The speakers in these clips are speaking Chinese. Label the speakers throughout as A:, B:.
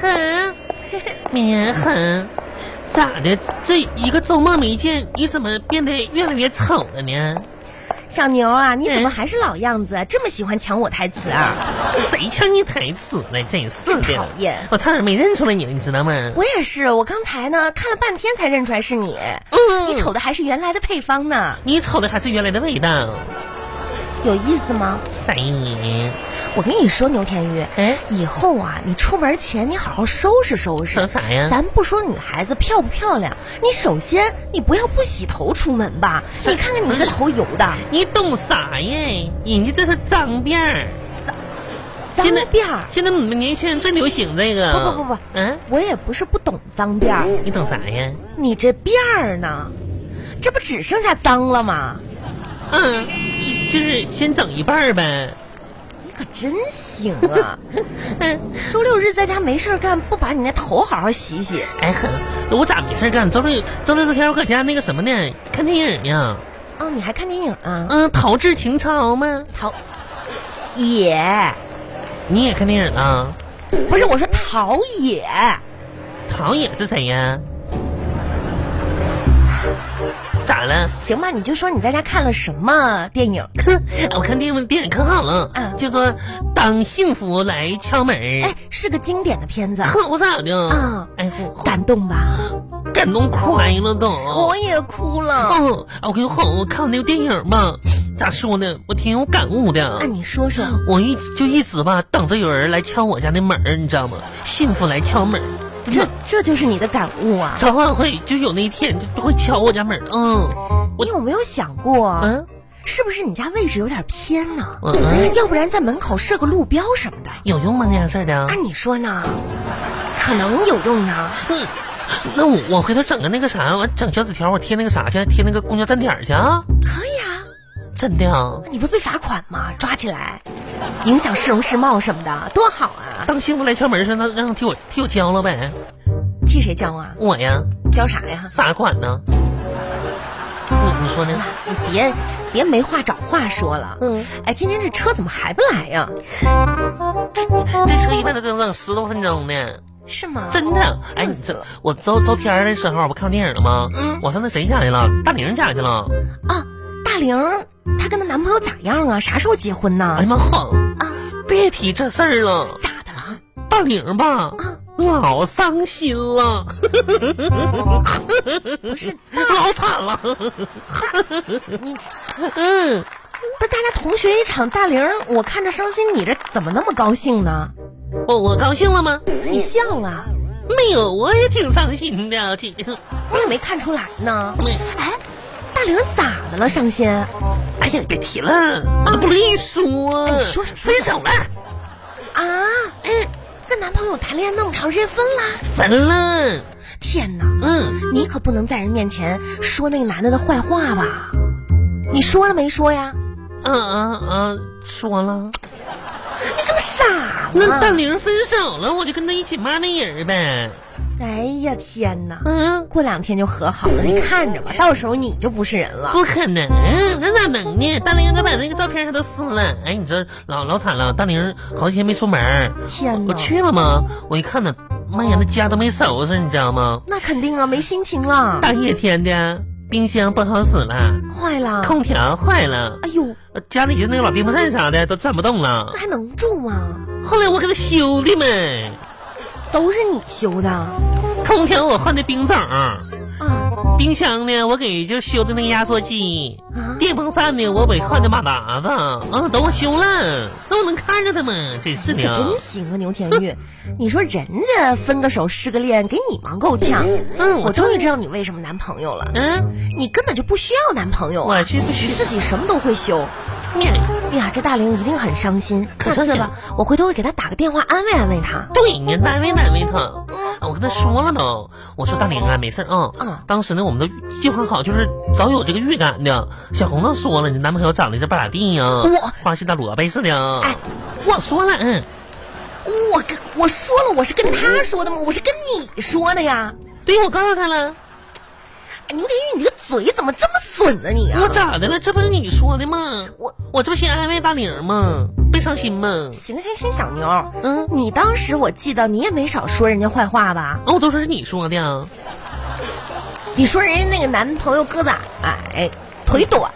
A: 恒，绵恒，咋的？这一个周末没见，你怎么变得越来越丑了呢？
B: 小牛啊，你
A: 嗯
B: 怎么还是老样子？啊这么喜欢抢我台词啊？
A: 谁抢你台词了？真是
B: 真
A: 的，
B: 讨厌
A: 我差点没认出来你了，你知道吗？
B: 我也是，我刚才呢看了半天才认出来是你。
A: 嗯
B: 你瞅的还是原来的配方呢，
A: 你瞅的还是原来的味道。
B: 有意思吗？
A: 哎，
B: 我跟你说，牛天宇，
A: 哎，
B: 以后啊，你出门前你好好收拾收
A: 说
B: 拾。
A: 啥呀？
B: 咱不说女孩子漂不漂亮，你首先你不要不洗头出门吧？
A: 是
B: 你看看你那个头油的，
A: 你懂啥呀？人家这是脏辫儿。
B: 脏
A: 现在
B: 辫儿。
A: 现在我们年轻人最流行这个。
B: 不不不不
A: 嗯，
B: 我也不是不懂脏辫儿，
A: 你懂啥呀？
B: 你这辫儿呢？这不只剩下脏了吗？
A: 嗯，就就是先整一半儿呗。
B: 你可真行啊！嗯， 周六日在家没事儿干，不把你那头好好洗洗，
A: 哎哼，我咋没事儿干？周六周六这天我搁家那个什么呢？看电影呢。
B: 哦，你还看电影啊？
A: 嗯，逃至情操吗？
B: 陶野，
A: 你也看电影啊？
B: 不是我说陶野，
A: 陶冶是谁呀？咋了？
B: 行吧？你就说你在家看了什么电影？
A: 哼，我看电影电影可好了，
B: 嗯
A: 叫做《当幸福来敲门》。
B: 哎，是个经典的片子，
A: 哼，我咋的？
B: 啊
A: 哎，我
B: 感动吧？
A: 感动快了都。
B: 我也哭了。
A: 嗯，我跟你说，我看那个电影吧，咋说呢？我挺有感悟的。
B: 那哎你说说，
A: 我一直就一直吧，等着有人来敲我家的门儿，你知道吗？幸福来敲门儿，真
B: 这
A: 的
B: 这就是你的感悟啊？
A: 早晚会就有那一天就会敲我家门儿。嗯，我
B: 你有没有想过？
A: 嗯
B: 是不是你家位置有点偏呢？
A: 嗯嗯
B: 要不然在门口设个路标什么的。
A: 有用吗？那样事儿啊的
B: 按、？啊你说呢？可能有用呢。
A: 嗯，那我我回头整个那个啥，我整小纸条，我贴那个啥去，贴那个公交站点儿去啊？
B: 可以啊，
A: 真的啊？
B: 你不是被罚款吗？抓起来，影响市容市貌什么的，多好啊！
A: 当幸福来敲门儿时，那让替我替我敲了呗？
B: 替谁交啊？
A: 我呀，
B: 交啥呀？
A: 罚款呢？你你说呢？
B: 你别别没话找话说了。
A: 嗯，
B: 哎，今天这车怎么还不来呀？
A: 这车一般都得等十多分钟呢，
B: 是吗？
A: 真的。哎，你这我周周天儿的时候不看电影了吗？
B: 嗯
A: 我上那谁家去了？大玲家去了。
B: 啊，大玲儿她跟她男朋友咋样啊？啥时候结婚呢
A: 哎呀？妈好，
B: 啊，
A: 别提这事儿了。
B: 咋的了？
A: 大玲吧，
B: 嗯
A: 老伤心了，
B: 不是，
A: 老惨了。
B: 你
A: 嗯，
B: 不是大家同学一场，大玲儿我看着伤心，你这怎么那么高兴呢？
A: 我哦我高兴了吗？
B: 你笑了，
A: 没有，我也挺伤心的。这
B: 我也没看出来呢。
A: 没
B: 哎，大玲咋的了？伤心？
A: 哎呀，别提了，都不乐意说。
B: 嗯哎你说说说
A: 嗯分手了，
B: 啊，嗯，跟男朋友谈恋爱那么长时间分啦？
A: 分了。
B: 天哪，
A: 嗯，
B: 你可不能在人面前说那个男的的坏话吧？你说了没说呀？
A: 嗯嗯嗯，说
B: 啊
A: 了。
B: 你这不傻
A: 那大
B: 吗？
A: 玲分手了，我就跟他一起骂那人儿呗。
B: 哎呀天哪！
A: 嗯，
B: 过两天就和好了，你看着吧，到时候你就不是人了。
A: 不可能，那哪能呢？大玲都把那个照片他都撕了。哎，你这老老惨了，大玲好几天没出门儿。
B: 天哪！
A: 我去了吗？我一看呢，妈呀，那家都没收拾，你知道吗？
B: 那肯定啊，没心情了，
A: 大热天的，冰箱不好使了，
B: 坏了。
A: 空调坏了，
B: 哎呦，
A: 呃家里的那个老电风扇啥的都转不动了
B: 那。还能住吗？
A: 后来我给他修的嘛，
B: 都是你修的啊！
A: 空调我换的冰枕儿。冰箱呢，我给就修的那个压缩机；
B: 啊
A: 电风扇呢，我给换的马达子。嗯，等我修了，那我能看着它吗？真是的
B: 可
A: 啊，
B: 真行啊，牛田玉！你说人家分个手失个恋，给你忙够呛。
A: 嗯
B: 我终于知道你为什么男朋友了，
A: 嗯，
B: 你根本就不需要男朋友
A: 我
B: 啊，
A: 去不去
B: 你自己什么都会修。
A: 面？
B: 哎呀，这大玲一定很伤心。
A: 可
B: 下
A: 伤
B: 次
A: 心
B: 吧，我回头会给她打个电话安慰安慰她。
A: 对呀，难为难为他。啊我跟他说了都，我说大玲啊，没事儿啊。
B: 嗯
A: 当时呢，我们都计划好，就是早有这个预感的。小红都说了，你男朋友长得这不咋地呀、
B: 我
A: 花心大萝卜似的。
B: 哎，
A: 我说了，嗯，
B: 我跟我说了，我是跟她说的吗？我是跟你说的呀。
A: 对我告诉他了。
B: 哎牛天玉，你这个嘴怎么这么损呢、你啊
A: 我？咋的了？这不是你说的吗？
B: 我
A: 我这不先安慰大玲吗？别伤心嘛。
B: 行行行，小妞儿，
A: 嗯，
B: 你当时我记得你也没少说人家坏话吧？
A: 啊，我都说是你说的啊。
B: 你说人家那个男朋友个子矮，腿短，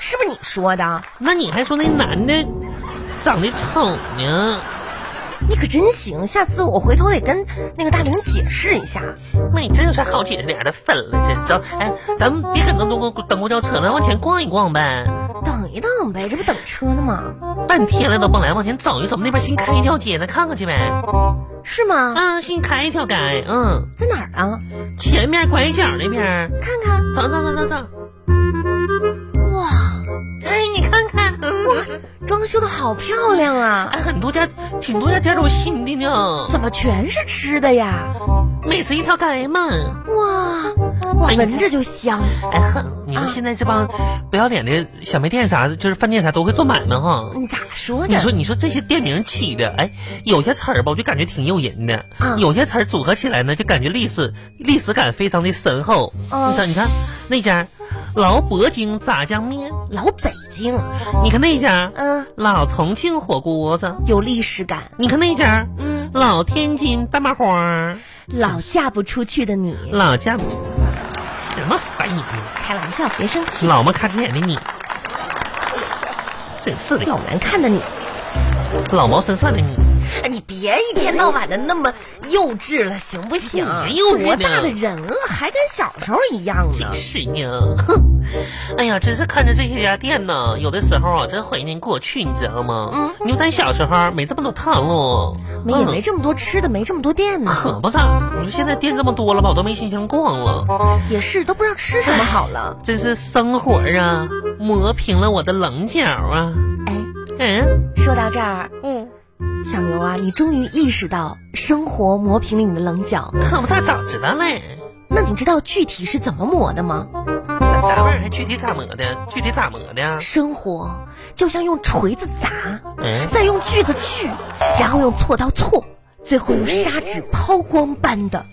B: 是不是你说的？
A: 那你还说那男的长得丑呢？
B: 你可真行，下次我回头得跟那个大玲解释一下。
A: 那你这有啥好解释点的？分了这走，哎，咱们别等等公等公交车了，往前逛一逛呗。
B: 等一等呗，这不等车呢吗？
A: 半天了都甭来，往前走一走，那边新开一条街呢，看看去呗。
B: 是吗？
A: 啊，新开一条街，嗯，
B: 在哪儿啊？
A: 前面拐角那边，
B: 看看，
A: 走走走走走。
B: 哇，
A: 哎，你看看，
B: 装修的好漂亮啊！
A: 哎，很多家，挺多家店都新的呢，
B: 怎么全是吃的呀？
A: 美食一条街嘛。
B: 哇，哇，闻着就香。
A: 哎哼，你说现在这帮不要脸的小卖店啥的，就是饭店啥都会做买卖哈。
B: 你咋说
A: 你
B: 的？
A: 说，你说这些店名起的，哎，有些词儿吧，我就感觉挺诱人的；
B: 嗯
A: 有些词儿组合起来呢，就感觉历史历史感非常的深厚。
B: 嗯
A: 你看，你看那家老北京炸酱面，
B: 老北京，
A: 你看那家
B: 嗯，
A: 老重庆火锅子，
B: 有历史感。
A: 你看那家
B: 嗯，
A: 老天津大麻花，
B: 老嫁不出去的你，
A: 老家什么烦你，
B: 开玩笑，别生气。
A: 老么咔哧眼的你，真是的，
B: 老难看的你，
A: 老谋深算的你。
B: 哎你别一天到晚的那么幼稚了，行不行？
A: 你幼稚
B: 多
A: 呢
B: 大哎的人了，还跟小时候一样呢
A: 真？是呢，哼， 哎呀，真是看着这些家店呢，有的时候啊，真怀念过去，你知道吗？
B: 嗯，
A: 你说咱小时候啊没这么多套路，
B: 没也没这么多吃的，没这么多店
A: 嗯
B: 呢，
A: 可 不咋。你说现在店这么多了吧，我都没心情逛了，
B: 也是都不知道吃什么好了。
A: 真是生活啊，磨平了我的棱角啊。
B: 哎，
A: 嗯
B: 说到这儿，
A: 嗯，
B: 小牛啊，你终于意识到生活磨平了你的棱角。
A: 可不咋早知道嘞，
B: 那你知道具体是怎么磨的吗？
A: 啥啥玩意儿还具体咋磨的？具体咋磨的呀？
B: 生活就像用锤子砸，
A: 嗯，
B: 再用锯子锯，然后用锉刀锉，最后用砂纸抛光般的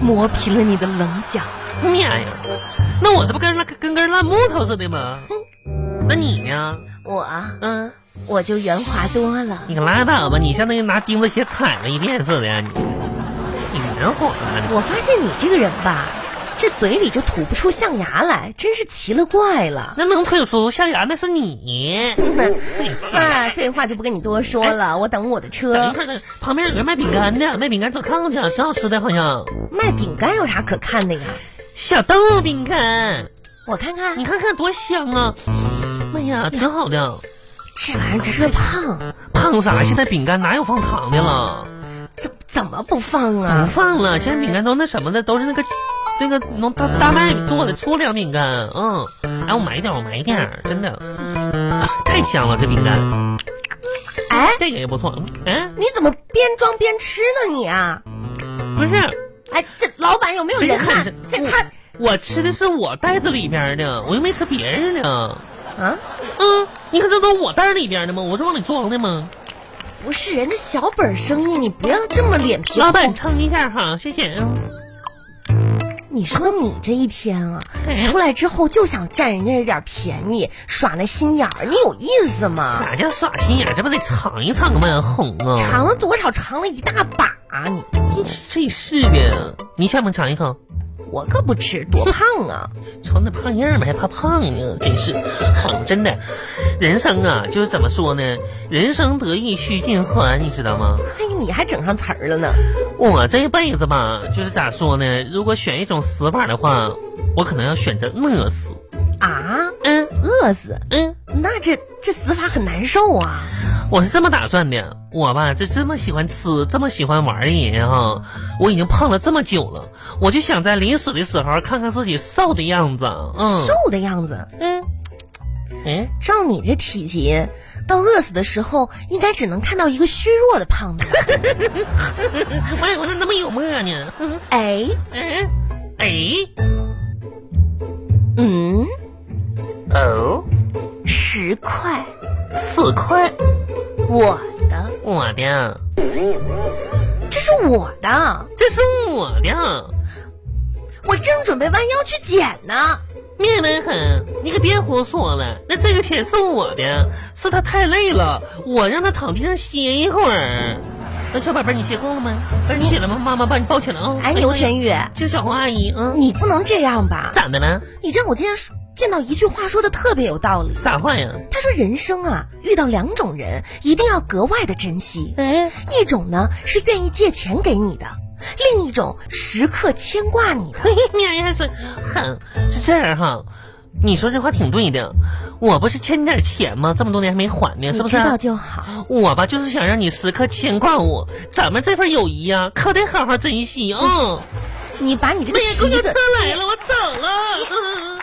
B: 磨平了你的棱角。
A: 妈哎呀，那我这不跟那跟根烂木头似的吗？那你呢？
B: 我啊
A: 嗯。
B: 我就圆滑多了。
A: 你可拉倒吧，你像那个拿钉子鞋踩了一遍似的、你你圆谎啊！
B: 我发现你这个人吧，这嘴里就吐不出象牙来，真是奇了怪了。
A: 那能吐出象牙那是你。真是的
B: 哎，废话就不跟你多说了，我等我的
A: 等一
B: 车。
A: 会儿，等旁边有人卖饼干的，卖饼干走看看去，挺好吃的，好像
B: 卖饼干有啥可看的呀？
A: 小豆饼干，
B: 我看看
A: 你，看看多香啊！妈呀，挺好的。
B: 这玩意儿吃了胖，
A: 胖啥？现在饼干哪有放糖的了？
B: 怎怎么不放
A: 不
B: 啊？
A: 放了，现在饼干都那什么的，都是那个那个农大大麦做的粗粮饼干。嗯，哎，我买一点，我买一点，真的、啊太香了，这饼干。
B: 哎，
A: 这个也不错。嗯，
B: 你怎么边装边吃呢你啊？
A: 不是，
B: 哎，这老板有没有人
A: 不
B: 呐
A: 是？
B: 这他
A: 我吃的是我袋子里边的，我又没吃别人的。
B: 啊，
A: 嗯，你看这都我袋里边的吗？我是往里装的吗？
B: 不是人家小本生意，你不要这么脸皮
A: 老
B: 厚。
A: 板称一下哈，谢谢。嗯
B: 你说你这一天啊，
A: 嗯
B: 出来之后就想占人家一点便宜，耍那心眼儿，你有意思吗？
A: 啥叫耍心哎眼儿？这不得尝一尝吗？哄啊！哎
B: 尝了多少？尝了一大把，啊你
A: 这是的，你想不想尝一口？
B: 我可不吃，多胖啊！
A: 瞅那胖样儿吧，还怕胖呢？真是，哼，真的，人生啊，就是怎么说呢？人生得意须尽欢，你知道吗？
B: 哎，你还整上词儿了呢？
A: 我这辈子吧，就是咋说呢？如果选一种死法的话，我可能要选择饿死。
B: 啊，
A: 嗯
B: 饿死，
A: 嗯，
B: 那这这死法很难受啊！
A: 我是这么打算的。我吧，就这么喜欢吃，这么喜欢玩的人哈，我已经胖了这么久了，我就想在临死的时候看看自己瘦的样子。嗯
B: 瘦的样子，
A: 嗯嗯，
B: 照你这体积，到饿死的时候，应该只能看到一个虚弱的胖子。
A: 我也我咋那么幽默呢？嗯
B: 哎，
A: 嗯哎
B: 嗯，
A: 哦，
B: 十块，
A: 四块，
B: 我的，
A: 我的，
B: 这是我的，
A: 这是我的。
B: 我正准备弯腰去捡呢。
A: 灭得很，你可别胡说了。那这个钱是我的，是他太累了，我让他躺地上歇一会儿。那小宝贝儿，你歇够了吗？宝贝儿你起来吧，妈妈把你抱起来啊、
B: 哎，牛天宇，
A: 就小红阿姨啊、嗯
B: 你不能这样吧？
A: 咋的了？
B: 你知道我今天说见到一句话说的特别有道理。
A: 啥话呀？
B: 他说人生啊，遇到两种人，一定要格外的珍惜。
A: 哎，
B: 一种呢是愿意借钱给你的，另一种时刻牵挂你的。
A: 嘿嘿，哎你还是哼，是这样哈。你说这话挺对的，我不是欠你点钱吗？这么多年还没还呢，是不是啊
B: 你知？道就好。
A: 我吧，就是想让你时刻牵挂我，咱们这份友谊呀、可得好好珍惜啊、
B: 你把你这
A: 哎
B: 个
A: 呀，
B: 蹄
A: 公交车
B: 子，
A: 来了，我走了。嗯